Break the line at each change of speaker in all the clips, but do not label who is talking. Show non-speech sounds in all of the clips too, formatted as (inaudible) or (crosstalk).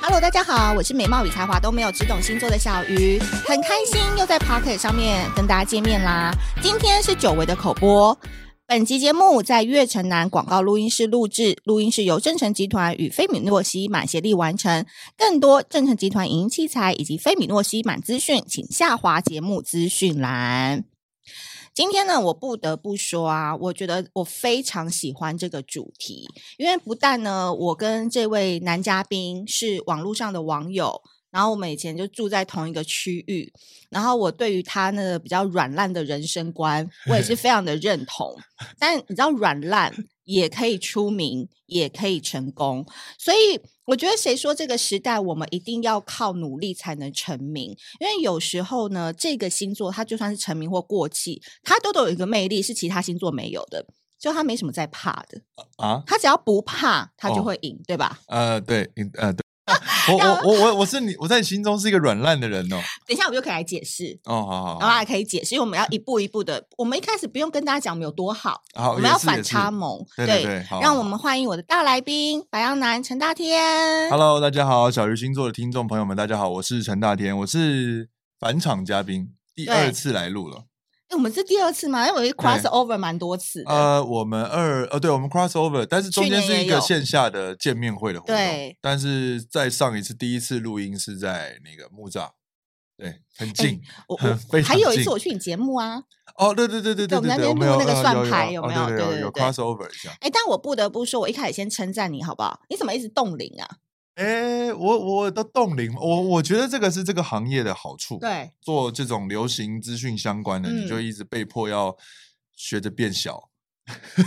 Hello，大家好，我是美貌与才华都没有，只懂星座的小鱼，很开心又在 Pocket 上面跟大家见面啦。今天是久违的口播，本集节目在悦城南广告录音室录制，录音室由正成集团与菲米诺西满协力完成。更多正成集团影音器材以及菲米诺西满资讯，请下滑节目资讯栏。今天呢，我不得不说啊，我觉得我非常喜欢这个主题，因为不但呢，我跟这位男嘉宾是网络上的网友，然后我们以前就住在同一个区域，然后我对于他那个比较软烂的人生观，我也是非常的认同。但你知道，软烂也可以出名，也可以成功，所以我觉得谁说这个时代我们一定要靠努力才能成名？因为有时候呢，这个星座它就算是成名或过气，它都都有一个魅力是其他星座没有的，就它没什么在怕的，
啊，
它只要不怕，它就
哦
会赢，对吧？
呃，对，嗯呃，
(laughs)
对，我我我我我是你，我在你心中是一个软烂的人哦。
等一下我们就可以来解释。
哦，好好
然后
好
还可以解释，因为我们要一步一步的。我们一开始不用跟大家讲我们有多好，
好，
我们要
哦也是
反差。萌，
也是对对对哦好
让我们欢迎我的大来宾白羊男陈大
也
天
是。Hello，大家好，小鱼星座的听众朋友们，大家好，我是陈大天，我是返场嘉宾，第
对
二次来录了。
诶哎我们是第二次吗？因为我 cross over 蛮多次的。
呃，我们二呃，对，我们 crossover，但是中
去
间
年
是
也
一
有
个线下的见面会的活动。
对，
但是在上一次第一次录音是在那个木栅，对，很近。 (laughs)
我
很
我
非
还
常
有一次
近
我去你节目啊，
哦，对对对
对
对对
我们那
对
边
对，我们
录
有
那个
呃
算
有有
牌
哦
有没
对
有
对
对对
有有
对
crossover 一下。
哎，但我不得不说，我一开始先称赞你好不好？你怎么一直冻龄啊？
哎，我我的冻龄，我我觉得这个是这个行业的好处。，
对，
做这种流行资讯相关的，你就
嗯
一直被迫要学着变小。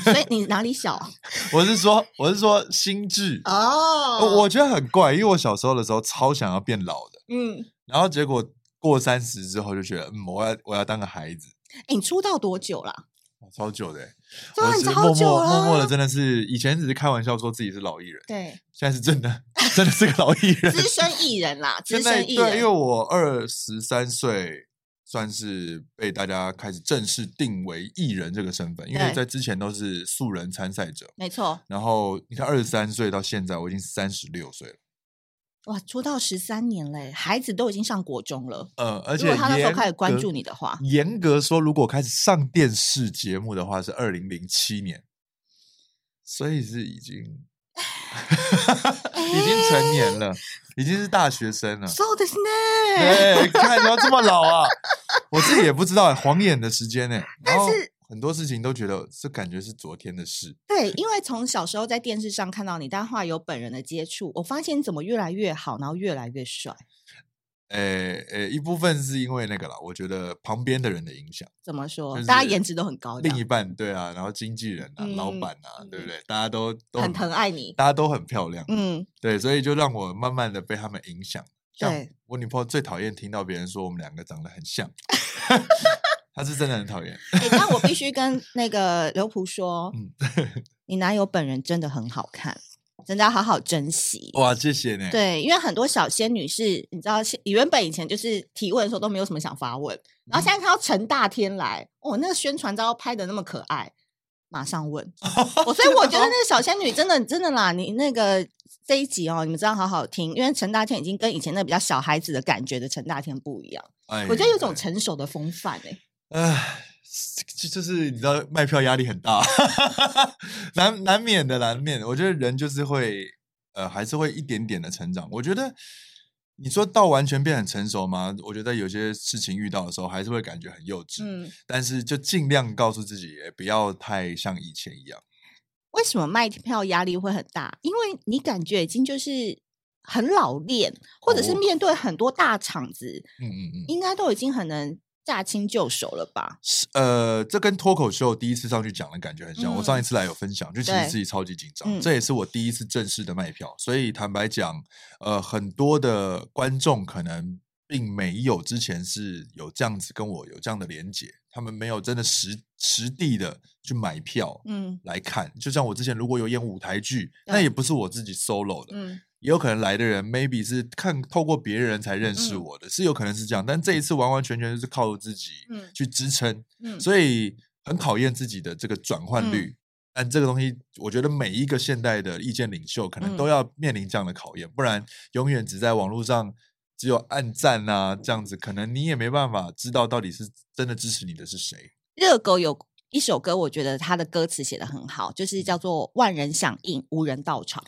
所以你哪里
(laughs)
小啊？
我是说，我是说心智，
哦
我觉得很怪，因为我小时候的时候超想要变老的，
嗯，
然后结果过三十之后就觉得，嗯，我要我要当个孩子，
哎，你出道多久啦？
哇超久的欸。
出道
我
你
是
超
默
久
默默默的，
了，
真的是以前只是开玩笑说自己是老艺人，
对，
现在是真的， (laughs) 真的是个老艺人。
资深艺人啦，资
现在
深艺
对，因为
人。
我二十三岁，算是被大家开始正式定为艺人这个身份，因为
对
在之前都是素人参赛者。
没错，
然后你看，二十三岁到现在，我已经三十六岁了，
哇，出道十三年嘞，孩子都已经上国中了。
呃，而
如
且
果他那时候
严
开始关
格
注你的话，
严格说，如果开始上电视节目的话，是二零零七年，所以是已经已经
哎
成
(laughs)
年了，已经是大学生了。
そうです (laughs) ね。
哎，看你要这么
(laughs)
老啊！我自己也不知道，晃眼的时间呢。
但
然后
是
很多事情都觉得这感觉是昨天的事。
对，因为从小时候在电视上看到你，但后来有本人的接触，我发现你怎么越来越好，然后越来越帅，
诶诶，哎一部分是因为那个啦，我觉得旁边的人的影响，
怎么说？
就
大家
是
颜值都很高，
另一半对啊，然后经纪人啊、老
嗯
板啊，对不
嗯
对？大家都都
很疼，爱你。
大家都很漂亮。
嗯，
对，所以就让我慢慢的被他们影响。像
对哎
我女朋友最讨厌听到别人说我们两个长得很像，她是真的很讨厌。
诶但我必须跟那个刘璞说，
嗯 (laughs)
你男友本人真的很好看，真的要好好珍惜。
哇，谢谢呢。
对，因为很多小仙女是，你知道，是原本以前就是提问的时候都没有什么想发问，然后现在看到陈大天来，哦，那个宣传照拍的那么可爱，马上问。我所以我觉得那个小仙女真的真的啦，你那个这一集哦，你们真的好好听，因为陈大天已经跟以前那比较小孩子的感觉的陈大天不一样，
哎
我觉得有种
哎
成熟的风范哎、
唉，就就是你知道卖票压力很大， (laughs) 难难免的，难免的。我觉得人就是会，呃，还是会一点点的成长。我觉得你说到完全变很成熟吗？我觉得有些事情遇到的时候，还是会感觉很幼稚，
嗯，
但是就尽量告诉自己，也不要太像以前一样。
为什么卖票压力会很大？因为你感觉已经就是很老练，或者是
哦
面对很多大场子。
嗯嗯嗯，
应该都已经很能驾轻就熟了吧？
是呃，这跟脱口秀第一次上去讲的感觉很像。我上一
嗯
次来有分享，就其实
对
自己超级紧
嗯
张，这也是我第一次正式的卖票，所以坦白讲，呃，很多的观众可能并没有之前是有这样子跟我有这样的连结，他们没有真的实实地的去买票
嗯
来看。就像我之前如果有演舞台剧，那
对
也不是我自己 solo 的，
嗯
也有可能来的人 maybe 是看透过别人才认识
嗯
我的，是有可能是这样，但这一次完完全全就是靠自己
嗯
去支撑，
嗯，
所以很考验自己的这个转换率。但这个东西，我觉得每一个现代的意见领袖可能都
嗯
要面临这样的考验，不然永远只在网络上只有暗赞啊这样子，可能你也没办法知道到底是真的支持你的是谁。
热狗有一首歌，我觉得他的歌词写的很好，
嗯
就是叫做“万人响应，无人到场”。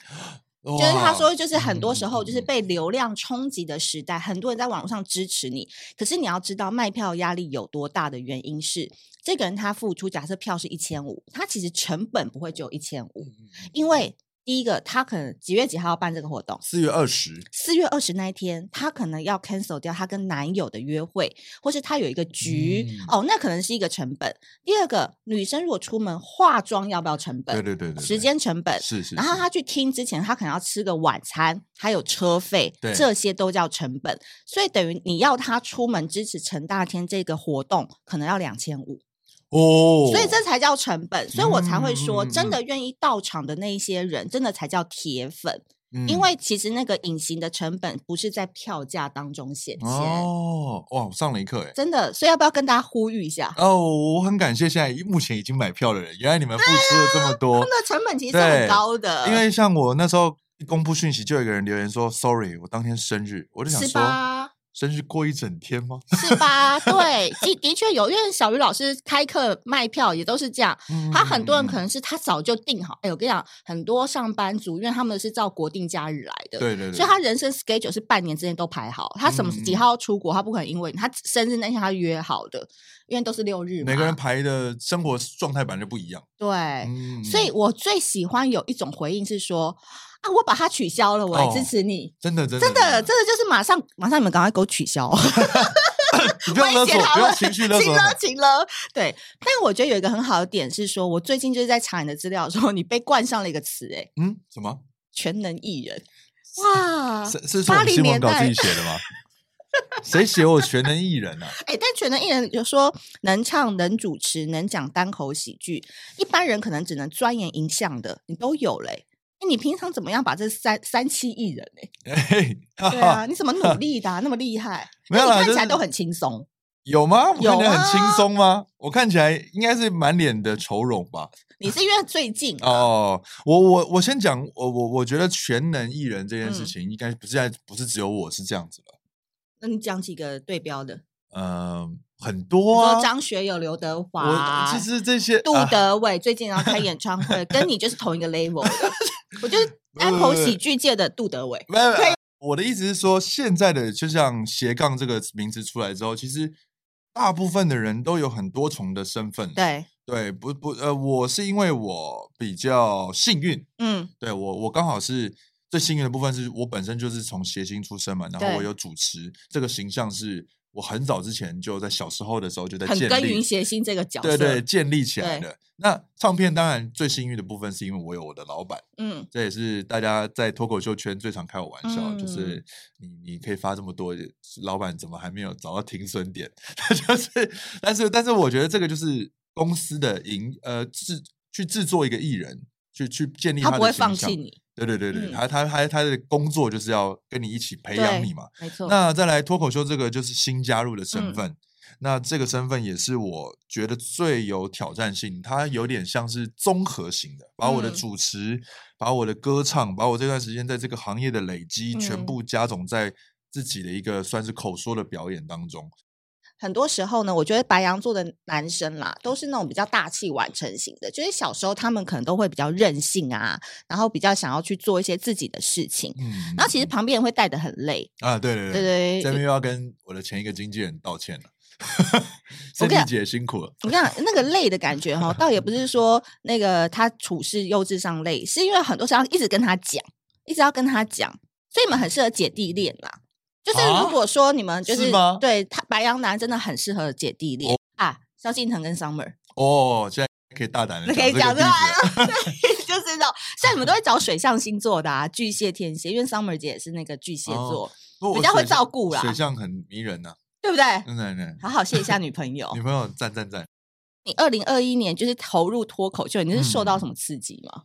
就是他
哇
说，就是很多时候就是
嗯
被流量冲击的时代，很多人在网络上支持你，可是你要知道卖票压力有多大的原因是，这个人他付出，假设票是一千五，他其实成本不会只有一千五，
嗯
因为第一个他可能几月几号要办这个活动。
四月二十，
四月二十那一天，她可能要 cancel 掉她跟男友的约会，或是她有一个局、
嗯
哦，那可能是一个成本。第二个，女生如果出门化妆要不要成本？
对对对对对，
时间成本。
是是，
然后
是
她去听之前，她可能要吃个晚餐，还有车费，
对
这些都叫成本。所以等于你要她出门支持陈大天这个活动，可能要两千五。
哦，
所以这才叫成本，所以我才会说，
嗯嗯嗯
真
嗯
的愿意到场的那一些人，真的才叫铁粉。因
嗯
为其实那个隐形的成本不是在票价当中显现，
哦哇，我上了一课哎。
真的。所以要不要跟大家呼吁一下？
哦，我很感谢现在目前已经买票的人，原来你们付出了这么
他 (laughs)
多
们，的成本其实是很
对
高的，
因为像我那时候一公布讯息，就有一个人留言说：“Sorry，我当天生日。”我就想
是
说，
吧？
生日过一整天吗？
是吧？对，的的确有，因为小鱼老师开课卖票也都是这样。 (laughs) 他很多人可
嗯
能是他早就定好，哎、我跟你讲，很多上班族，因为他们是照国定假日来的，
对对对，
所以他人生 schedule 是半年之内都排好，他什么
嗯
几号出国，他不可能因为他生日那天他约好的，因为都是六日嘛。
每个人排的生活状态本来就不一样，
对，
嗯
所以我最喜欢有一种回应是说啊，我把它取消了，我来支
哦
持你。
真的真的
真的，真的就是马上马上，你们赶快给我取消，
(laughs) 你不要勒
威胁
索，
他
不要
们
情绪
(laughs) 请
勒索他
了
们，
请了。对，但我觉得有一个很好的点是说，我最近就是在查你的资料的时候，你被冠上了一个词，哎，
嗯，什么？
全能艺人，哇，
是是是我
80
们新闻
年
稿
代
自己写的吗？ (laughs) 谁写我全能艺人啊？ (laughs)
哎、但全能艺人有说能唱、能主持、能讲单口喜剧，一般人可能只能钻研一项的，你都有嘞、哎你平常怎么样把这三三期艺人
(laughs)
呢、
嘿哈
对
哈
啊，你怎么努力的啊、那么厉害？
没
那
有
你
啦
看起
就
来都
是
很轻
(laughs)
松。
有吗？我看起
有
来很
啊
轻松吗？我看起来应该是满脸的愁容吧。
你是因为最近啊，
哦，我我我先讲，我我我觉得全能艺人这件
嗯
事情，应该不是在不是只有我是这样子的，
那你讲几个对标的？
嗯，很
比如
多
说
啊，
张学友、刘德
我
华
其、实这些
杜
啊
德伟最近要开演唱
(laughs)
会，跟你就是同一个 level 的。我就是单口
不不不
喜剧界的杜德伟。
没有，我的意思是说，现在的就像斜杠这个名词出来之后，其实大部分的人都有很多重的身份，
对，
对，不不呃，我是因为我比较幸运，
嗯
对我，我刚好是最幸运的部分是我本身就是从谐星出身嘛，然后我
对
有主持这个形象是。我很早之前就在小时候的时候就在
很
建
耕
立
耘谐星这个角色
对对，建立起来
对
的。那唱片当然最幸运的部分是因为我有我的老板，
嗯，
这也是大家在脱口秀圈最常开我玩笑，就是你
嗯
你可以发这么多，老板怎么还没有找到停损点？ (laughs) 就是，但是但是我觉得这个就是公司的营呃制去制作一个艺人，去去建立
他
的
不会
形
放
象
弃。你。
对对对对，
嗯
他他他他的工作就是要跟你一起培养
对
你嘛。
没错。
那再来脱口秀这个就是新加入的身
嗯
份，那这个身份也是我觉得最有挑战性，它有点像是综合型的，把我的
嗯
主持、把我的歌唱、把我这段时间在这个行业的累积，全
嗯
部加总在自己的一个算是口说的表演当中。
很多时候呢，我觉得白羊座的男生啦，都是那种比较大器晚成型的，就是小时候他们可能都会比较任性啊，然后比较想要去做一些自己的事情。
嗯，
然后其实旁边人会带的很累，
啊，对对
对
对，
对
这
对。
边又要跟我的前一个经纪人道歉了，
我
森
跟你
丽
讲
姐辛苦了。
我跟你讲那个累的感觉哈、倒也不
(laughs)
是说那个他处事幼稚上累，是因为很多时候要一直跟他讲，一直要跟他讲，所以你们很适合姐弟恋啦。就是如果说你们就是,、
是啊吗
对他白羊男真的很适合姐弟恋、啊，萧敬腾跟 Summer
哦，现在可以大胆的
你可以讲啊
这
(laughs)
个例 (laughs) 子
就是这种，像你们都会找水象星座的啊，巨蟹、天蝎，因为 Summer 姐也是那个巨蟹
哦
座，
不过我
比较会
水象
照顾啦
水象很迷人呐，
对不对？
真的真的。
好好谢一下女朋友
女。朋友赞赞赞。
你二零二一年就是投入脱口秀，你是受
嗯
到什么刺激吗？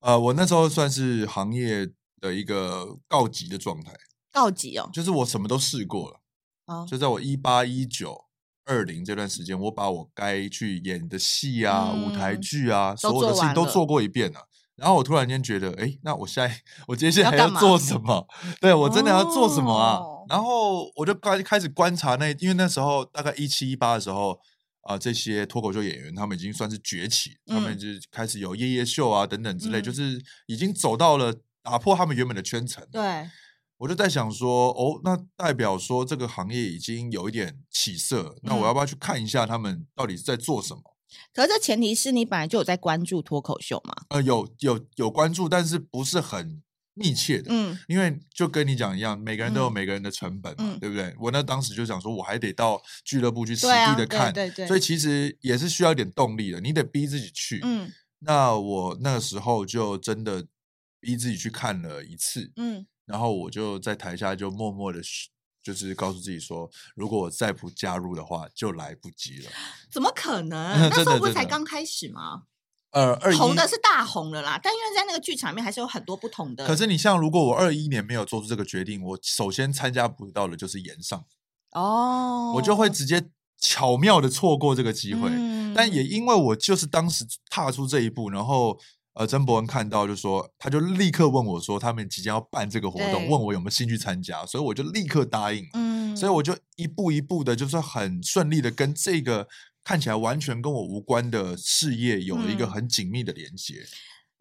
呃，我那时候算是行业的一个告急的状态，
告急哦，
就是我什么都试过了，
哦，
就在我一八一九。二零这段时间，我把我该去演的戏啊、
嗯
舞台剧啊，所有
做
的事情
完
都
了
做过一遍了。然后我突然间觉得，哎，那我下一我接下
要
来要
干嘛
做什么？对我真的要做什么啊？
哦
然后我就开开始观察那，因为那时候大概一七一八的时候，啊、这些脱口秀演员他们已经算是崛起，他们
嗯
就是开始有夜夜秀啊等等之类，
嗯
就是已经走到了打破他们原本的圈层。
对，
我就在想说，哦，那代表说这个行业已经有一点起色了，那我
嗯
要不要去看一下他们到底是在做什么？
可是这前提是你本来就有在关注脱口秀嘛，
呃，有有有关注，但是不是很密切的，
嗯，
因为就跟你讲一样，每个人都有
嗯
每个人的成本嘛，
嗯
对不对？我那当时就想说，我还得到俱乐部去实
对啊，
地
对
的看，
对对，
所以其实也是需要一点动力的，你得逼自己去。
嗯
那我那个时候就真的逼自己去看了一次，
嗯，
然后我就在台下就默默的，就是告诉自己说，如果我再不加入的话，就来不及了。
怎么可能？
(laughs)
那
真的
时候不是
真
才
的
刚开始吗？
呃，二一
红的是大红了啦，但因为在那个剧场里面还是有很多不同的。
可是你像，如果我二一年没有做出这个决定，我首先参加不到的就是演上，
哦，
我就会直接巧妙的错过这个机会。
嗯
但也因为我就是当时踏出这一步，然后呃，曾伯恩看到就说，他就立刻问我说，他们即将要办这个活动，
对
问我有没有兴趣参加，所以我就立刻答应了。
嗯
所以我就一步一步的，就是很顺利的跟这个看起来完全跟我无关的事业有了一个
嗯
很紧密的连接。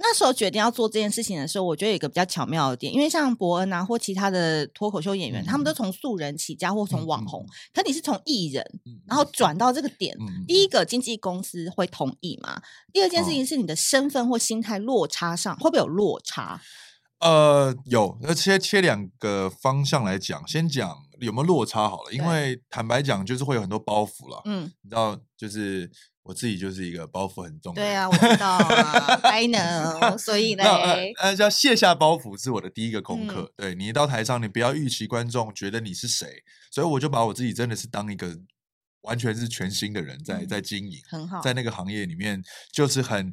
那时候决定要做这件事情的时候，我觉得有一个比较巧妙的点，因为像伯恩啊或其他的脱口秀演员，
嗯
他们都从素人起家或从网红，可你是从艺人，
嗯，
然后转到这个点。
嗯，
第一
嗯哦
个经纪公司会同意吗？第二件事情是你的身份或心态落差上会不会有落差？
呃有，那切切两个方向来讲，先讲有没有落差好了，因
对
为坦白讲，就是会有很多包袱了。
嗯，
你知道，就是我自己就是一个包袱很重的人。
对啊，我知道啊，I know，所以
哦 (laughs) 那呃
嘞，
呃，要卸下包袱是我的第一个
嗯
功课。对你一到台上，你不要预期观众觉得你是谁，所以我就把我自己真的是当一个完全是全新的人在、
嗯
在经营，
很好，
在那个行业里面，就是很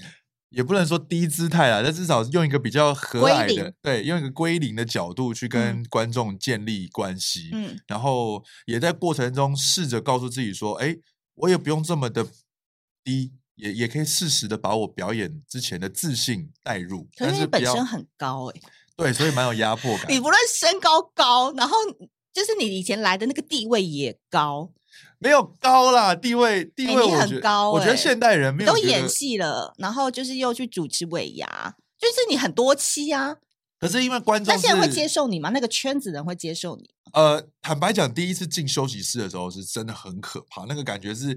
也不能说低姿态啦，但至少用一个比较和
归
蔼的
零，
对，用一个归零的角度去跟观众建立关系，
嗯
然后也在过程中试着告诉自己说，哎，我也不用这么的低。也也可以适时的把我表演之前的自信带入，
可
但
是你
是不
本
要
身很高哎、
对，所以蛮有压迫感
你。不论身高高，然后就是你以前来的那个地位也高，
没有高啦，地位地
哎
位
你
我
很
觉得
高
我觉得
欸
现代人没
你
有
都
觉
演
得
戏了，然后就是又去主持尾牙，就是你很多期啊。
可是因为观众
那
是
现在会接受你吗？那个圈子人会接受你？
呃，坦白讲，第一次进休息室的时候是真的很可怕，那个感觉是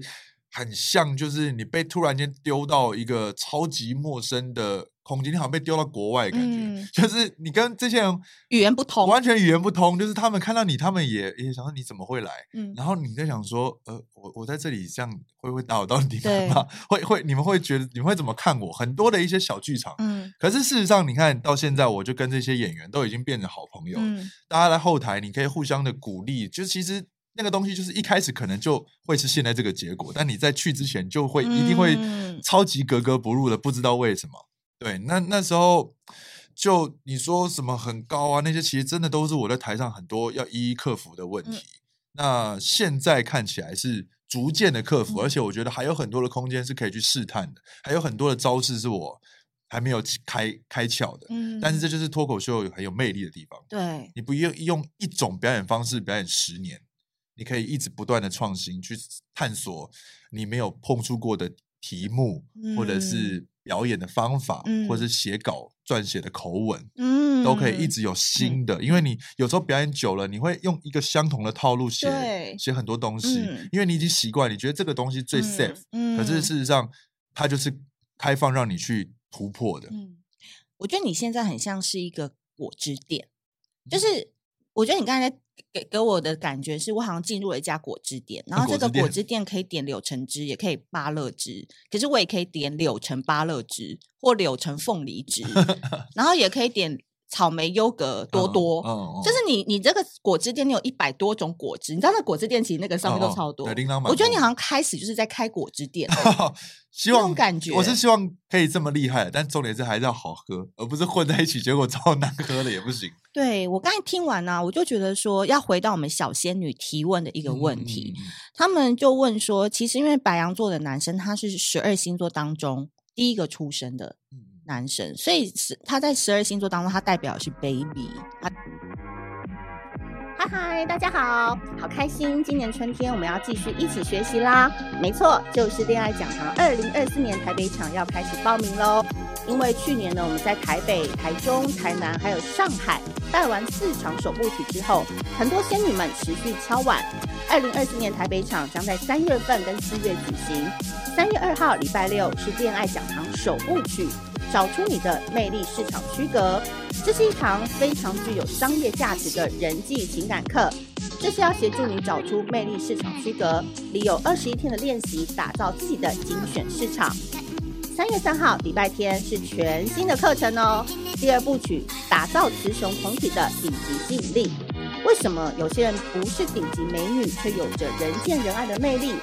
很像，就是你被突然间丢到一个超级陌生的空间，你好像被丢到国外的感觉，
嗯
就是你跟这些人
语言不通，
完全语言不通，就是他们看到你，他们也也想说你怎么会来，
嗯，
然后你在想说，呃，我我在这里这样会不会打扰到你
对
们吗？会会，你们会觉得你们会怎么看我？很多的一些小剧场，
嗯
可是事实上，你看到现在，我就跟这些演员都已经变成好朋友了。
嗯，
大家在后台，你可以互相的鼓励，就其实。那个东西就是一开始可能就会是现在这个结果，但你在去之前就会一定会
嗯
超级格格不入的，不知道为什么。对，那那时候就你说什么很高啊，那些其实真的都是我在台上很多要一一克服的
嗯
问题。那现在看起来是逐渐的克服，
嗯
而且我觉得还有很多的空间是可以去试探的，还有很多的招式是我还没有开开窍的。
嗯
但是这就是脱口秀很有魅力的地方，
对，
你不用用一种表演方式表演十年，你可以一直不断的创新，去探索你没有碰触过的题目，或者是表演的方法，或者
嗯
是写稿撰写的口吻，
嗯
都可以一直有新的，因为你有时候表演久了，你会用一个相同的套路写
对
写很多东西，
嗯
因为你已经习惯，你觉得这个东西最 safe，、
嗯
可是事实上它就是开放让你去突
嗯
破的。
嗯，我觉得你现在很像是一个果汁店，就是。我觉得你刚才给给我的感觉是我好像进入了一家果汁店，然后这
啊果
个
汁
果
店
汁店可以点柳橙汁，也可以芭乐汁，可是我也可以点柳橙芭乐汁或柳橙凤梨
(laughs)
汁，然后也可以点草莓优格多多。
嗯
就是你，你这个果汁店，你有一百多种果汁，你知道那果汁店其实那个上面都超多。
哦嗯对，琳琅满目。
我觉得你好像开始就是在开果汁店了，
希
那种
望
感觉
我是希望可以这么厉害，但重点是还是要好喝，而不是混在一起，结果超难喝的也不行。
对我刚才听完呢、我就觉得说要回到我们小仙女提问的一个问题，
嗯，嗯嗯
他们就问说，其实因为白羊座的男生他是十二星座当中第一个出生的
嗯嗯
男生，所以是他在十二星座当中，他代表的是 baby。他嗨嗨，大家好，好开心！今年春天我们要继续一起学习啦。没错，就是恋爱讲堂二零二四年台北场要开始报名喽。因为去年呢，我们在台北、台中、台南还有上海办完四场首部曲之后，很多仙女们持续敲碗。二零二四年台北场将在三月份跟四月举行。三月二号礼拜六是恋爱讲堂首部曲，找出你的魅力市场区隔。这是一堂非常具有商业价值的人际情感课，这是要协助你找出魅力市场区隔，里有二十一天的练习，打造自己的精选市场。三月三号礼拜天是全新的课程哦，第二部曲打造雌雄同体的顶级吸引力。为什么有些人不是顶级美女，却有着人见人爱的魅力？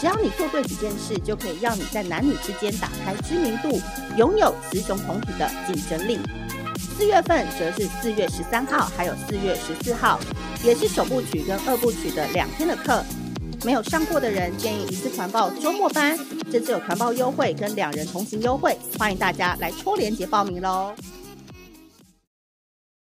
只要你做对几件事，就可以让你在男女之间打开知名度，拥有雌雄同体的竞争力。四月份则是四月十三号，还有四月十四号，也是首部曲跟二部曲的两天的课。没有上过的人建议一次团报周末班，这次有团报优惠跟两人同行优惠，欢迎大家来抽联结报名喽。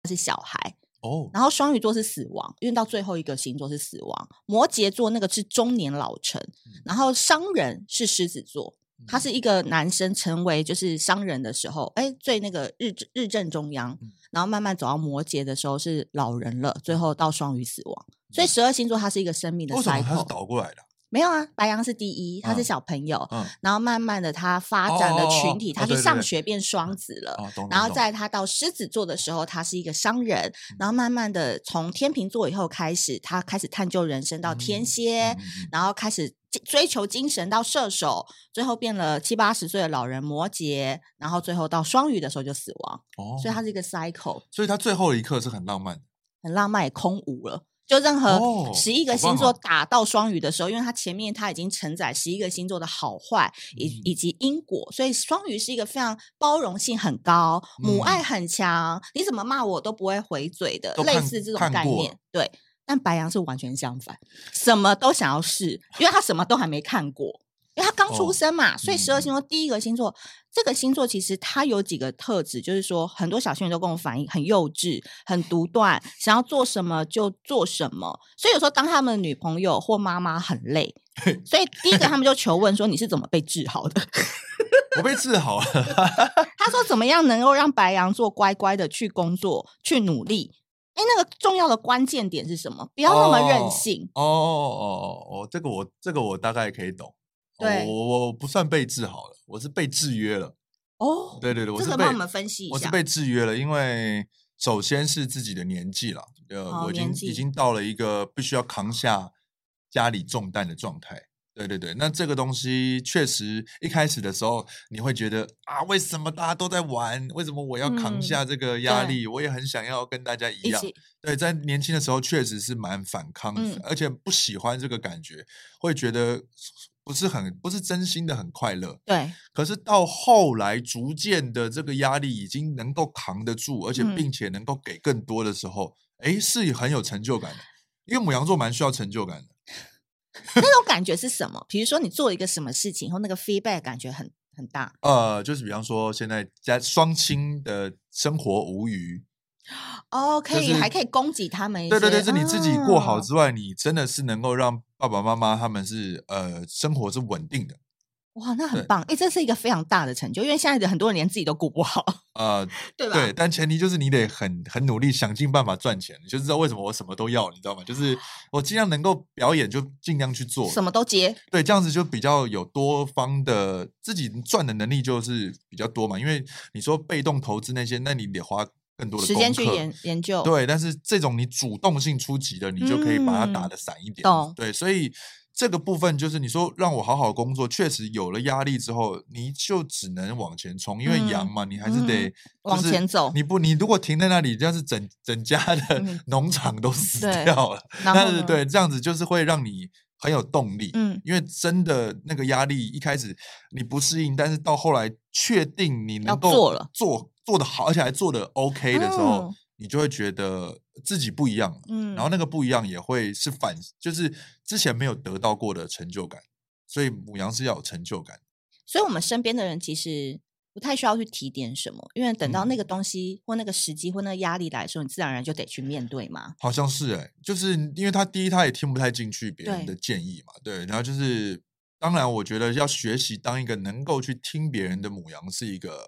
是小孩，
哦，
然后双鱼座是死亡，因为到最后一个星座是死亡。摩羯座那个是中年老成，然后商人是狮子座，
嗯
他是一个男生成为就是商人的时候，哎，最那个日日正中央
嗯，
然后慢慢走到摩羯的时候是老人了，最后到双鱼死亡。所以十二星座它是一个生命的
为什么它是
cycle，
倒过来的？
没有啊，白羊是第一，他是
嗯
小朋友，
嗯，
然后慢慢的他发展了群体，
哦哦哦
他
哦对
去
对
上
对
学变双子了，
哦，懂。
然后
懂
在他到狮子座的时候，他是一个商人，然后慢慢的从天秤座以后开始，他开始探究人生到天
嗯
蝎，
嗯嗯嗯
然后开始追追求精神到射手，最后变了七八十岁的老人摩羯，然后最后到双鱼的时候就死亡，
哦，
所以他是一个 cycle，
所以它最后一刻是很浪漫的。
很浪漫也空无了。就任何
哦
十一个
好
星
棒
座
哦
打到双鱼的时候，因为它前面它已经承载十一个星座的好坏以
嗯
以及因果，所以双鱼是一个非常包容性很高、母
嗯
爱很强，你怎么骂我都不会回嘴的，
都
类
看
似这种
看
概
过
念。对，但白羊是完全相反，什么都想要试，因为他什么都还没看过。因为他刚出
哦
生嘛，所以十二
嗯
星座第一个星座，这个星座其实它有几个特质，就是说很多小仙女都跟我反映很幼稚、很独断，想要做什么就做什么。所以有时候当他们的女朋友或妈妈很
(laughs)
累，所以第一个他们就求问说你是怎么被治好的？ (laughs)
我被治好了，
他说怎么样能够让白羊座乖乖的去工作、去努力？哎，那个重要的关键点是什么？不要那么任
哦
性。
哦哦哦哦，这个我这个我大概可以懂。
对
我我我不算被治好了，我是被制约了。
哦，
对对对，我
这
是
个
被
帮我们分析一
我是
下。
被制约了，因为首先是自己的年纪了，呃，
哦
我已
年
经
纪
已经到了一个必须要扛下家里重担的状态。对对对，那这个东西确实一开始的时候，你会觉得啊，为什么大家都在玩？为什么我要扛
嗯
下这个压
对
力？我也很想要跟大家一
一
样。
起
对，在年轻的时候确实是蛮反抗的，
嗯
而且不喜欢这个感觉，会觉得不是很不是真心的很快乐。
对，
可是到后来，逐渐的这个压力已经能够扛得住，而且
嗯
并且能够给更多的时候，哎、是很有成就感的。因为母羊座蛮需要成就感的，
那种感觉是什么？比如说你做了一个什么事情以后，那个 feedback 感觉很很大
呃，就是比方说现在家双亲的生活无虞，
哦，可
就
以、
是
还可以供给他们一些。
对对对，是你自己过好
啊
之外，你真的是能够让爸爸妈妈他们是呃生活是稳定的，
哇，那很
对
棒！哎，这是一个非常大的成就，因为现在的很多人连自己都顾不好， (laughs)
呃，
对吧？
对，但前提就是你得很很努力，想尽办法赚钱。你就知道为什么我什么都要，你知道吗？就是我尽量能够表演就尽量去做，
什么都接，
对，这样子就比较有多方的自己赚的能力就是比较多嘛。因为你说被动投资那些，那你得花更多的
时间去
功课
研研究，
对，但是这种你主动性出击的，你就可以把它打
嗯
得散一点。
懂
对，所以这个部分就是你说让我好好工作，确实有了压力之后，你就只能往前冲，因为
嗯
羊嘛，你还是得、
嗯往前走
你不，你如果停在那里，这样是整整家
嗯
的农场都死
对
掉了。
然
但
后
是
呢，
对，这样子就是会让你很有动力。
嗯，
因为真的那个压力，一开始你不适应，但是到后来确定你
要
能够
做了
做做的好，而且还做的 OK 的时候，
嗯
你就会觉得自己不一样了。
嗯，
然后那个不一样也会是反，就是之前没有得到过的成就感。所以母羊是要有成就感，
所以我们身边的人其实不太需要去提点什么，因为等到
嗯
那个东西或那个时机或那个压力来的时候，你自然而然就得去面对嘛。
好像是哎、就是因为他第一他也听不太进去别人
对
的建议嘛，对，然后就是当然我觉得要学习当一个能够去听别人的母羊是一个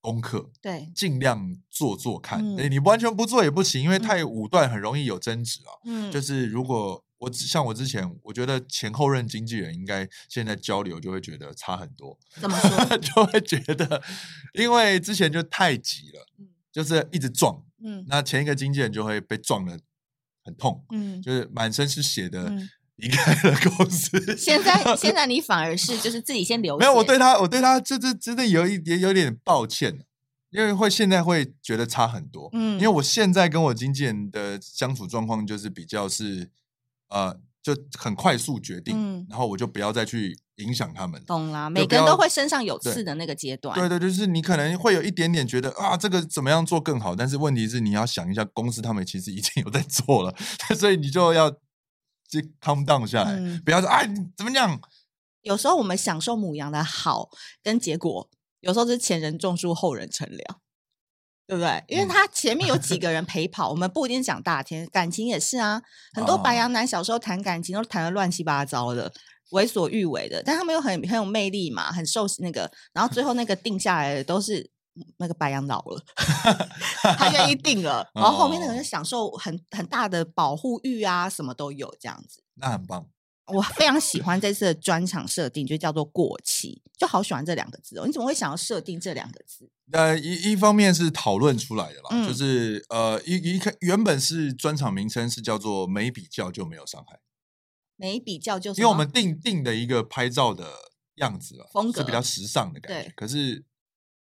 功课，
对，
尽量做做看。
嗯
诶你完全不做也不行，因为
嗯
太武断很容易有争执啊。
嗯
就是如果我只像我之前，我觉得前后任经纪人应该现在交流就会觉得差很多，
怎么说？ (laughs)
(laughs) 就会觉得因为之前就太急了
嗯，
就是一直撞，
嗯
那前一个经纪人就会被撞的很痛，
嗯，
就是满身是血的
嗯
离开了公司。 (laughs)
现在 (laughs) 现在你反而是就是自己先留，
没有，我对他，我对他这这真的有一点有点抱歉，啊因为会现在会觉得差很多。
嗯
因为我现在跟我经纪人的相处状况就是比较是，呃，就很快速决定，
嗯
然后我就不要再去影响他们。
懂啦，
就
每
不
个人都
要
会身上有
对
刺的那个阶段。
对对，就是你可能会有一点点觉得啊，这个怎么样做更好，但是问题是你要想一下，公司他们其实已经有在做了， (laughs) 所以你就要就 calm down 下来，
嗯
不要说啊你怎么样，
有时候我们享受母羊的好跟结果，有时候是前人种树，后人乘凉，对不对？因为
嗯
他前面有
(laughs)
几个人陪跑，我们不一定讲大天，感情也是啊。很多白
哦
羊男小时候谈感情都谈的乱七八糟的，为所欲为的，但他们又很很有魅力嘛，很受那个，然后最后那个定下来的都是。那个白羊老了， (laughs) 他愿意定了，
(laughs)
然后后面那个人
哦
享受很很大的保护欲啊，什么都有这样子。
那很棒。
我非常喜欢这次的专场设定，就叫做“过期”，就好喜欢这两个字哦。你怎么会想要设定这两个字？
呃，一一方面是讨论出来的啦，
嗯
就是呃，一一开原本是专场名称是叫做“没比较就没有伤害
没比较就”，是
因为我们定定的一个拍照的样子了，
风
是
格
比较时尚的感
对
觉。可是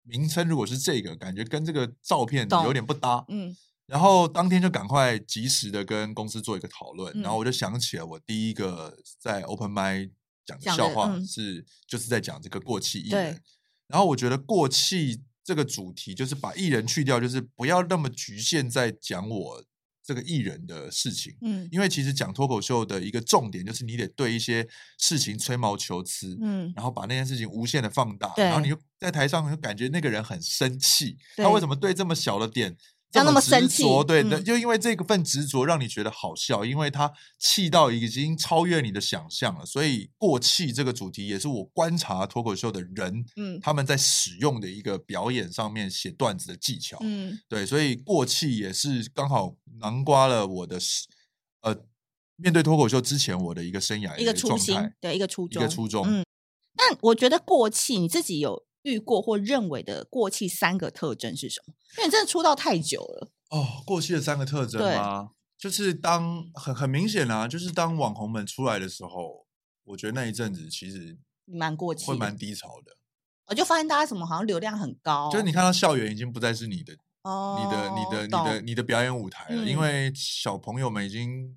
名称如果是这个，感觉跟这个照片
懂
有点不搭。
嗯
然后当天就赶快及时的跟公司做一个讨论，
嗯
然后我就想起了我第一个在 Open m i 讲的
讲
笑
的
话
嗯
是，就是在讲这个过气艺
对
人。然后我觉得过气这个主题就是把艺人去掉，就是不要那么局限在讲我这个艺人的事情，
嗯
因为其实讲脱口秀的一个重点就是你得对一些事情吹毛求疵。
嗯，
然后把那件事情无限的放大，
对
然后你就在台上就感觉那个人很生气，
对
他为什么对这么小的点
要那么
执
生气
着对，那
嗯
就因为这个份执着让你觉得好笑，因为他气到已经超越你的想象了。所以过气这个主题也是我观察脱口秀的人，
嗯
他们在使用的一个表演上面写段子的技巧。
嗯
对，所以过气也是刚好囊括了我的是呃。面对脱口秀之前，我的一个生涯的
一个
个
初
状
心
态，
对一个初
一个
衷
初衷，
嗯但我觉得过气，你自己有遇过或认为的过气三个特征是什么？因为你真的出道太久了，
哦，过去的三个特征
对
吗？就是当很很明显啊，就是当网红们出来的时候，我觉得那一阵子其实
你蛮过气
会蛮
的。
低潮的。
我就发现大家怎么好像流量很高，
就是你看到校园已经不再是你的、
哦，
你的、你的、你的、
懂，
你的表演舞台了，
嗯
因为小朋友们已经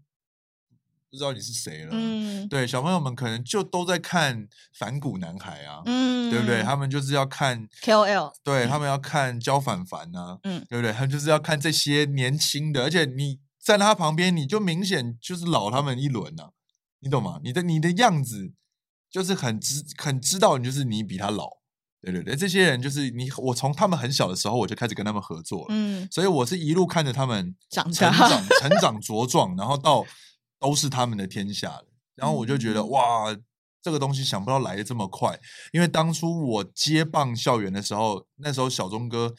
不知道你是谁了。
嗯
对，小朋友们可能就都在看反骨男孩啊，
嗯
对不对？他们就是要看， (laughs)
KOL
对他们要看焦凡凡啊，
嗯
对不对？他就是要看这些年轻的，而且你站他旁边，你就明显就是老他们一轮呐、你懂吗？你的你的样子就是很知很知道，你就是你比他老，对对对，这些人就是你，我从他们很小的时候我就开始跟他们合作了，
嗯
所以我是一路看着他们
长
成
大
长、
(laughs)
成长茁壮，然后到都是他们的天下了。然后我就觉得、
嗯
哇，这个东西想不到来的这么快，因为当初我接棒校园的时候，那时候小钟哥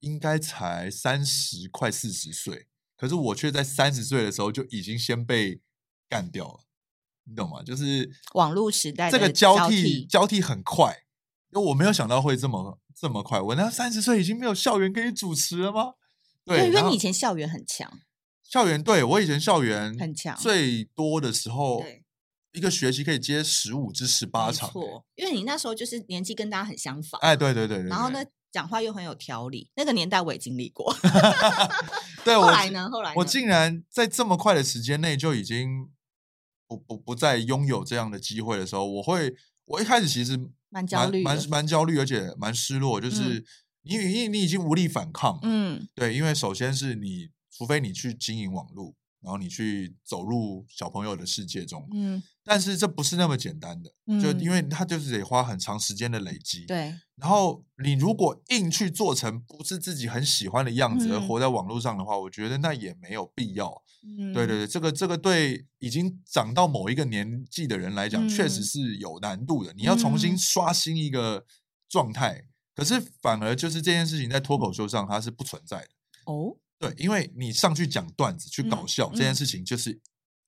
应该才三十快四十岁，可是我却在三十岁的时候就已经先被干掉了，你懂吗？就是
网络时代
这
的
个交
替
替交替很快，因为我没有想到会这么这么快。我那三十岁已经没有校园可以主持了吗？对，
因
然
为
后
你以前校园很强，
校园对我以前校园
很强
最多的时候
对，
一个学期可以接十五至十八
没
场、欸。
错，因为你那时候就是年纪跟大家很相仿，
哎，对对对对对。
然后呢，讲话又很有条理，那个年代我也经历过。
对
后
我
来
竟
呢？后来
我
呢
竟然在这么快的时间内就已经不不不再拥有这样的机会的时候，我会我一开始其实
蛮焦
蛮
虑的
蛮蛮焦虑，而且蛮失落，就是、你因为你已经无力反抗了，
嗯，
对，因为首先是你，除非你去经营网络，然后你去走入小朋友的世界中，
嗯
但是这不是那么简单的，
嗯，
就因为它就是得花很长时间的累积。，
对
然后你如果硬去做成不是自己很喜欢的样子，而
嗯
活在网络上的话，我觉得那也没有必要。
嗯
对对对，这个这个对已经长到某一个年纪的人来讲，确实
嗯
是有难度的。你要重
嗯
新刷新一个状态，可是反而就是这件事情在脱
嗯
口秀上它是不存在的。
哦，
对，因为你上去讲段子、去搞
嗯
笑、这件
嗯
事情，就是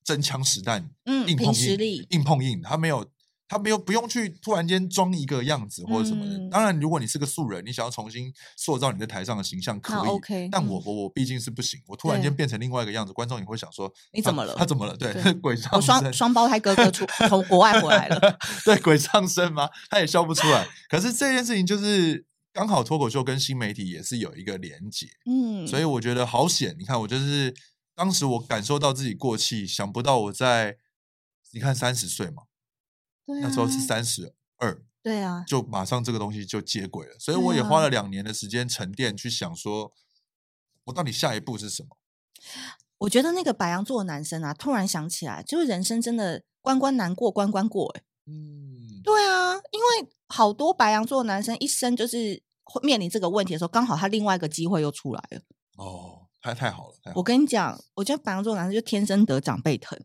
真枪实弹、
嗯，
硬
凭
碰
实
硬、
力，
硬碰硬，他没有。他没有不用去突然间装一个样子或者什么的。
嗯
当然，如果你是个素人，你想要重新塑造你在台上的形象，可以。
那 OK，
但
嗯
我我我毕竟是不行，我突然
对
间变成另外一个样子，观众也会想说
你
他
怎么了
他怎么了？对，
对
(laughs) 鬼上
嗯我双
身
双胞胎哥哥出从国外回来
(laughs)
了，
对鬼上身吗？他也笑不出来。可是这件事情就是刚好脱口秀跟新媒体也是有一个连结，
嗯，
所以我觉得好险。你看，我就是当时我感受到自己过气，想不到我在你看三十岁嘛，
对
那时候是
啊
三十二，
对啊，
就马上这个东西就接轨了。所以
对
我也
啊
花了两年的时间沉淀，去想说我到底下一步是什么。
我觉得那个白羊座的男生啊，突然想起来，就是人生真的关关难过关关过、欸，
嗯，
对啊，因为好多白羊座的男生一生就是会面临这个问题的时候，刚好他另外一个机会又出来了。
哦，太太好了，太好
我
了，
跟你讲，我觉得白羊座的男生就天生得长辈疼，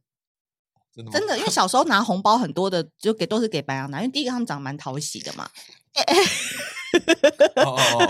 真的吗
真的，因为小时候拿红包很多的，就给都是给白羊拿，因为第一个他们长得蛮讨喜的嘛，
哦哦哦，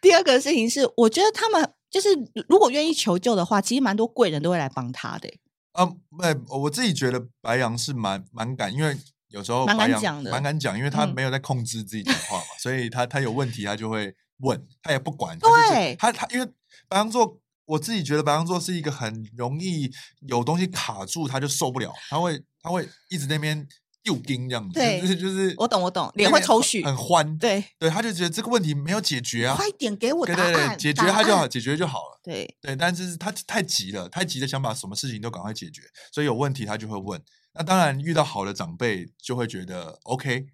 第二个事情是，我觉得他们就是如果愿意求救的话，其实蛮多贵人都会来帮他的欸、
啊，哎，我自己觉得白羊是蛮蛮敢，因为有时候
蛮
白
敢
羊
讲的
蛮敢讲，因为他
嗯
没有在控制自己讲话嘛，所以他他有问题他就会问，他也不管，他就是
对
他他因为白羊座。我自己觉得白羊座是一个很容易有东西卡住，他就受不了，他会他会一直在那边又盯这样子，
对
就是就是
我懂我懂
那
脸
边
会抽
很
搐
很欢，对
对，
他就觉得这个问题没有解决啊，
快点给我
对
答
对对，
案，
解决
答
他就好，
案。
解决就好了。
对，
对，但是他太急了，太急的想把什么事情都赶快解决，所以有问题他就会问。那当然，遇到好的长辈就会觉得 OK，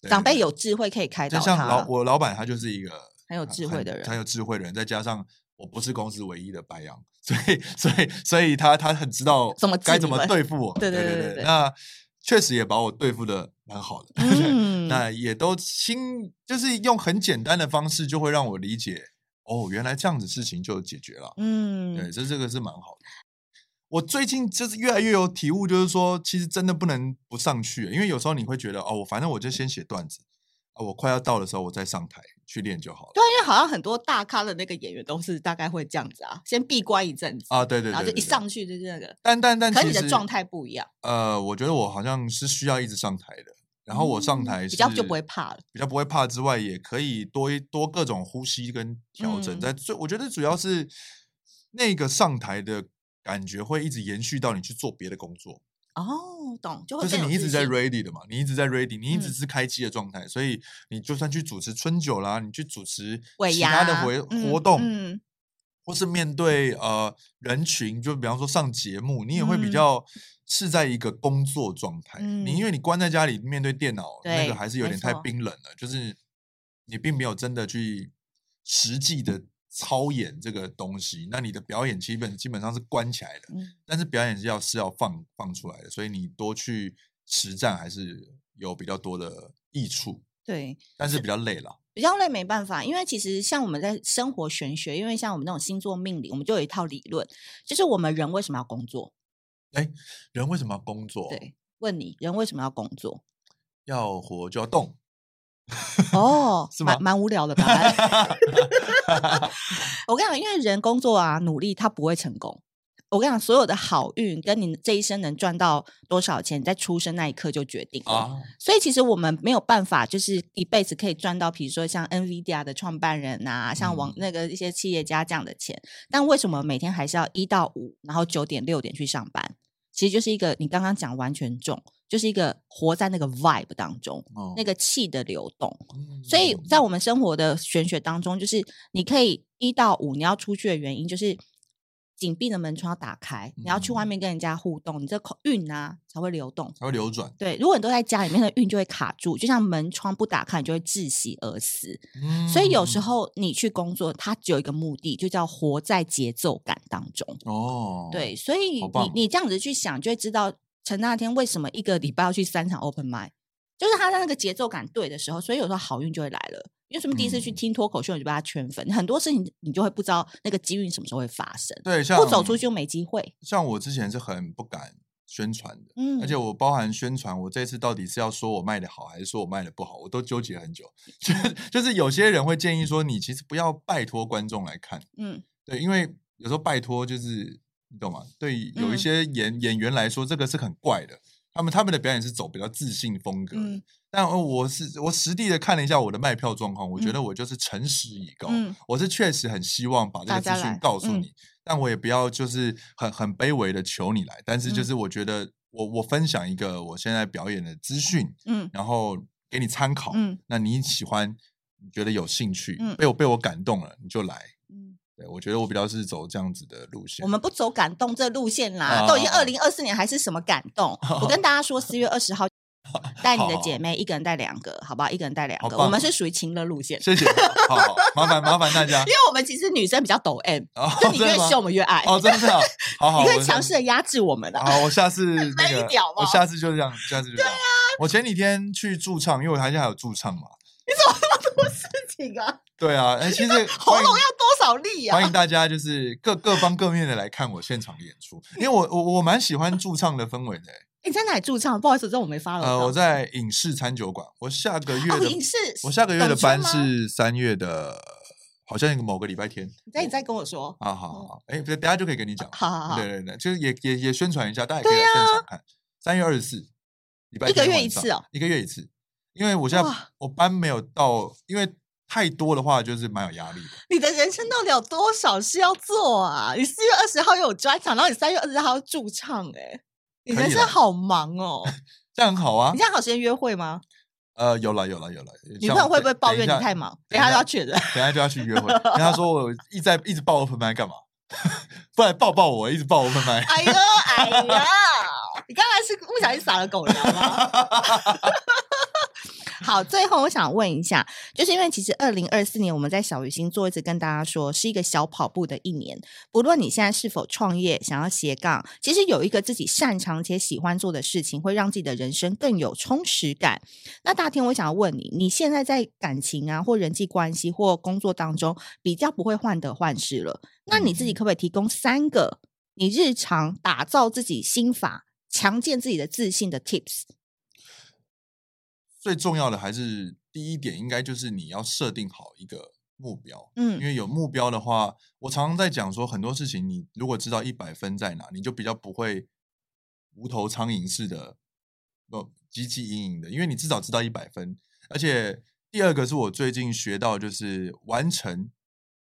对
长
对
辈有智慧可以开
就
导
像
他
老，我 (laughs) 老板，他就是一个
很有智慧的人
很有智慧的人，再加上我不是公司唯一的白羊，所以所以所以他他很知道
怎么治
该
你
怎么
们
对付我，
对
对
对对对
那确实也把我对付的蛮好的，
嗯
那也都新就是用很简单的方式就会让我理解，哦，原来这样子事情就解决了。对，
嗯，
这这个是蛮好的。我最近就是越来越有体悟，就是说，其实真的不能不上去，欸因为有时候你会觉得，哦，我反正我就先写段子，啊，我快要到的时候我再上台去练就好了。
对啊，因为好像很多大咖的那个演员都是大概会这样子啊，先闭关一阵子，
啊，对对对
然后就
对
一
对
上去就是那个，
但但但
可
其
能
实
你的状态不一样，
呃，我觉得我好像是需要一直上台的，然后我上
嗯
台、
比较就不会怕了，
比较不会怕之外，也可以多一多各种呼吸跟调整。
嗯
在最我觉得主要是那个上台的感觉会一直延续到你去做别的工作。
哦，懂，就会
就是
更有
你一
自
直在
信
ready 的嘛，你一直在 ready，你一直
嗯
是开机的状态，所以你就算去主持春酒啦，你去主持
尾
其他的
牙
活
嗯
活动，
嗯
或是面对呃人群，就比方说上节目，你也会比
嗯
较是在一个工作状态。你因
嗯
为你关在家里面对电脑，那
对
个还是有
没
点太
错
冰冷了，就是你并没有真的去实际的。操演这个东西，那你的表演基本基本上是关起来的，
嗯
但是表演是要是要放放出来的，所以你多去实战还是有比较多的益处，
对，
但是比较累了。
比较累没办法，因为其实像我们在生活玄学，因为像我们那种星座命理，我们就有一套理论，就是我们人为什么要工作？
人为什么要工作？
对，问你人为什么要工作？
要活就要动。 (laughs)
哦，
是吗
蛮蛮无聊的答
(laughs)
案。我跟你讲，因为人工作啊，努力他不会成功，我跟你讲，所有的好运跟你这一生能赚到多少钱，你在出生那一刻就决定了。
啊，
所以其实我们没有办法，就是一辈子可以赚到，比如说像 NVIDIA 的创办人呐、像王
嗯
那个一些企业家这样的钱。但为什么每天还是要一到五，然后九点六点去上班？其实就是一个你刚刚讲完全中，就是一个活在那个 vibe 当中，
哦
那个气的流动。
嗯
所以在我们生活的玄学当中，就是你可以一到五你要出去的原因，就是紧闭的门窗要打开，你要去
嗯
外面跟人家互动，你这口运啊才会流动。
才会流转，
对，如果你都在家里面，那运就会卡住，就像门窗不打开，你就会窒息而死。所以有时
嗯
候你去工作，它只有一个目的，就叫活在节奏感当中。
哦，
对，所以
好棒
你你这样子去想，就会知道陈大天为什么一个礼拜要去三场 open m i d 就是他在那个节奏感对的时候，所以有时候好运就会来了。因为什么？第一次去
嗯
听脱口秀，你就被他圈粉，很多事情你就会不知道那个机运什么时候会发生，
对，像
不走出去就没机会。
像我之前是很不敢宣传的，
嗯，
而且我包含宣传，我这次到底是要说我卖的好，还是说我卖的不好，我都纠结很久。 (laughs) 就就是有些人会建议说，你其实不要拜托观众来看，
嗯
对，因为有时候拜托就是你懂吗？对于有
嗯
一些演、演员来说，这个是很怪的。他们他们的表演是走比较自信风格的，
嗯
但呃我是我实地的看了一下我的卖票状况，我觉得我就是诚实以告，
嗯
我是确实很希望把这
大
个
家
资
来
讯告诉
嗯
你，但我也不要就是很很卑微的求你来，但是就
嗯
是我觉得我我分享一个我现在表演的资讯，
嗯
然后给你参考，
嗯
那你喜欢，你觉得有兴趣，
嗯
被我被我感动了，你就来，
嗯，
对，我觉得我比较是走这样子的路线。
我们不走感动这路线啦，
啊
都已经二零二四年还是什么感动？
哦
我跟大家说，四月二
(laughs)
十号带你的姐妹，一个人带两个，好不好？一个人带两
好
个，
棒
我们是属于情乐路线，
谢谢，好，好麻烦麻烦大家
(laughs) 因。为我们其实女生比较抖 M，
哦
就你
真
越
的吗
秀我们越爱，
哦，真
(laughs)
的啊，好好，
你可
我
以
下
强势的压制我们啊。
好，我
(laughs)
下次
慢
那
一
个
点好，不
我
好啊
下次就这样，下次就这样。我前几天去驻唱，因为我还是还有驻唱嘛。
这个
对啊，哎，其实
(laughs) 喉
欢迎
咙要多少力
欢
啊？
迎大家就是各各方各面的来看我现场的演出，因为我我我蛮喜欢驻唱的氛围的、
你在哪里驻唱？不好意思，这我没嗯发了。
呃，我在影视餐酒馆，我下个月
哦，
的、
影视，
我下个月的
懂圈
班
吗
是三月的，好像某个礼拜天。
你再你再跟我说。
啊，好好好，哎，等等下就可以跟你讲。
好好好，
对对对，就是也也也宣传一下，大家也可以来现场看。三、月二十四，礼拜
一个
天
月
晚
一
上
次哦，
一个月一次。因为我现在
哇
我班没有到，因为太多的话就是蛮有压力的。
你的人生到底有多少事要做啊？你四月二十号又有专场，然后你三月二十号要驻唱、哎，你
可
人
以
生
啦
好忙
(laughs)
哦。
这样很好啊
你。这样好时间约会吗？
呃，有了有了有了。
女
像
朋友
我
会不会
等
抱
等一
怨你
下
太忙？等
等
一下
一
就要
下
确认。
等一下就要去约会，跟他说我一在一直抱 open m i 干嘛？ (laughs) 不然抱抱我，一直抱 open m i
哎呦哎呀，你刚才是不小心撒了狗粮吗？好，最后我想问一下，就是因为其实二零二四年我们在小鱼星座一直跟大家说是一个小跑步的一年，不论你现在是否创业，想要斜杠，其实有一个自己擅长且喜欢做的事情，会让自己的人生更有充实感。那大天，我想要问你，你现在在感情啊，或人际关系或工作当中，比较不会患得患失了，那你自己
嗯
可不可以提供三个你日常打造自己心法、强健自己的自信的 tips？
(laughs) 最重要的还是第一点，应该就是你要设定好一个目标。
嗯
因为有目标的话，我常常在讲说，很多事情你如果知道一百分在哪，你就比较不会无头苍蝇似的，呃，汲汲营营的，因为你至少知道一百分。而且第二个是我最近学到，就是完成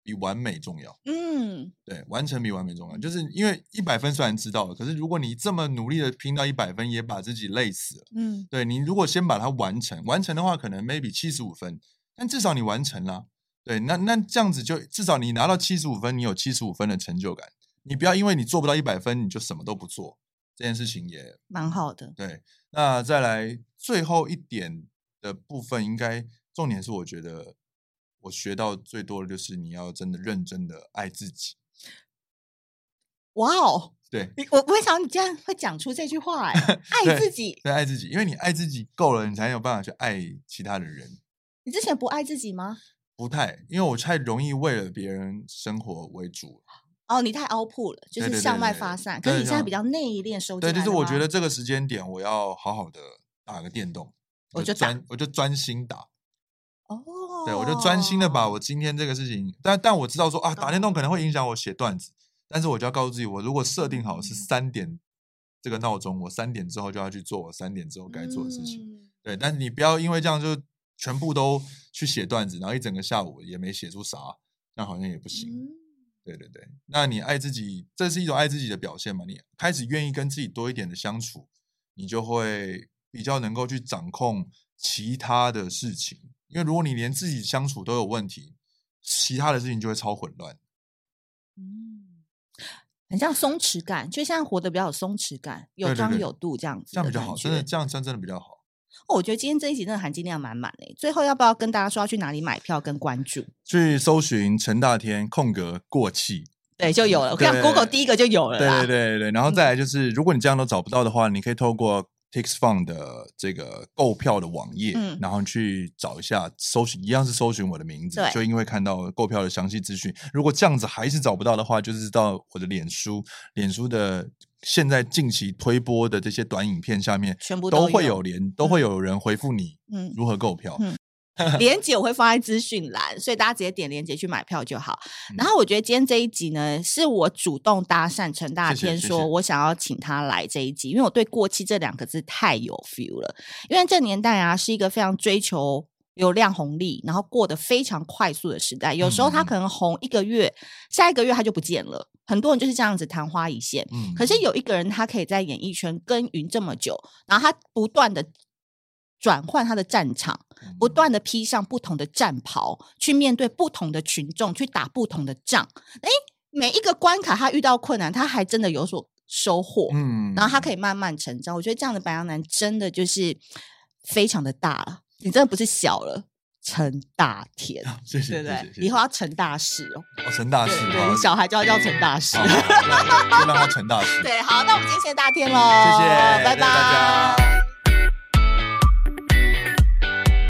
比完美重要。
嗯，
对，完成比完美重要，就是因为一百分虽然知道了，可是如果你这么努力的拼到一百分，也把自己累死了。
嗯
对你如果先把它完成，完成的话可能 maybe 七十五分，但至少你完成了。对，那那这样子就至少你拿到七十五分，你有七十五分的成就感。你不要因为你做不到一百分，你就什么都不做，这件事情也
蛮好的。
对。那再来最后一点的部分，应该重点是我觉得我学到最多的就是你要真的认真的爱自己。
哇哦，
对，
你我不会想你竟然会讲出这句话哎、爱
对
自己。
对，爱自己，因为你爱自己够了，你才有办法去爱其他的人。
你之前不爱自己吗？
不太，因为我太容易为了别人生活为主了。
哦，你太 out 了，就
对
是
对
向
对
外
对
发散。可
对
是你现在
像
比较内敛收
对，
进
就
来
是
了
我
吗
觉得这个时间点，我要好好的打个电动，
我就打
专，我就专心打。
哦，嗯
对，我就专心的把我今天这个事情，但但我知道说啊，打电动可能会影响我写段子，但是我就要告诉自己，我如果设定好
嗯
是三点这个闹钟，我三点之后就要去做我三点之后该做的事情。
哦嗯
对，但是你不要因为这样就全部都去写段子，然后一整个下午也没写出啥，那好像也不行。
嗯
对对对，那你爱自己，这是一种爱自己的表现嘛？你开始愿意跟自己多一点的相处，你就会比较能够去掌控其他的事情。因为如果你连自己相处都有问题，其他的事情就会超混乱。
嗯，很像松弛感，就像活得比较有松弛感，有
对对
张
对
有度这样子，
这样比较好，真的这样真真的比较好。
哦，我觉得今天这一集真的含金量满满嘞。最后要不要跟大家说要去哪里买票跟关注？
去搜寻陈大天空格过气，
对，就有了。我
对
看 Google 第一个就有了
对
啦。
对对对，然后再来就是，如果你这样都找不到的话，你可以透过 Tix Fun 的这个购票的网页，
嗯
然后去找一下搜寻，一样是搜寻我的名字
对，
就因为看到购票的详细资讯。如果这样子还是找不到的话，就是到我的脸书，脸书的现在近期推播的这些短影片下面，
全部
都
都
会
有
有连都会有人回复你
嗯，
如何购票。
嗯
(laughs)
连接我会放在资讯栏，所以大家直接点连接去买票就好。
嗯
然后我觉得今天这一集呢，是我主动搭讪陈大
谢谢
天，
谢
说
谢
我想要请他来这一集，因为我对“过气”这两个字太有 feel 了。因为这年代啊，是一个非常追求流量红利，然后过得非常快速的时代。有时候他
嗯
可能红一个月，下一个月他就不见了。很多人就是这样子昙花一现。
嗯
可是有一个人，他可以在演艺圈耕耘这么久，然后他不断的转换他的战场，不断的披上不同的战袍，去面对不同的群众，去打不同的仗。诶，每一个关卡他遇到困难，他还真的有所收获，
嗯
然后他可
以
以慢慢成长。我觉得这样的白羊男真的就是非常的大了，你真的不是小了，成大
(laughs)
天，
谢谢
对不
谢谢
对，
谢？谢
以后要成大事哦，
哦陈大
对
师，
对，
好
你小孩就要叫成大事 (laughs)
好。好好好就让他陈大师。
对，好，那我们今天谢谢大天喽，
嗯谢谢，
拜
大家。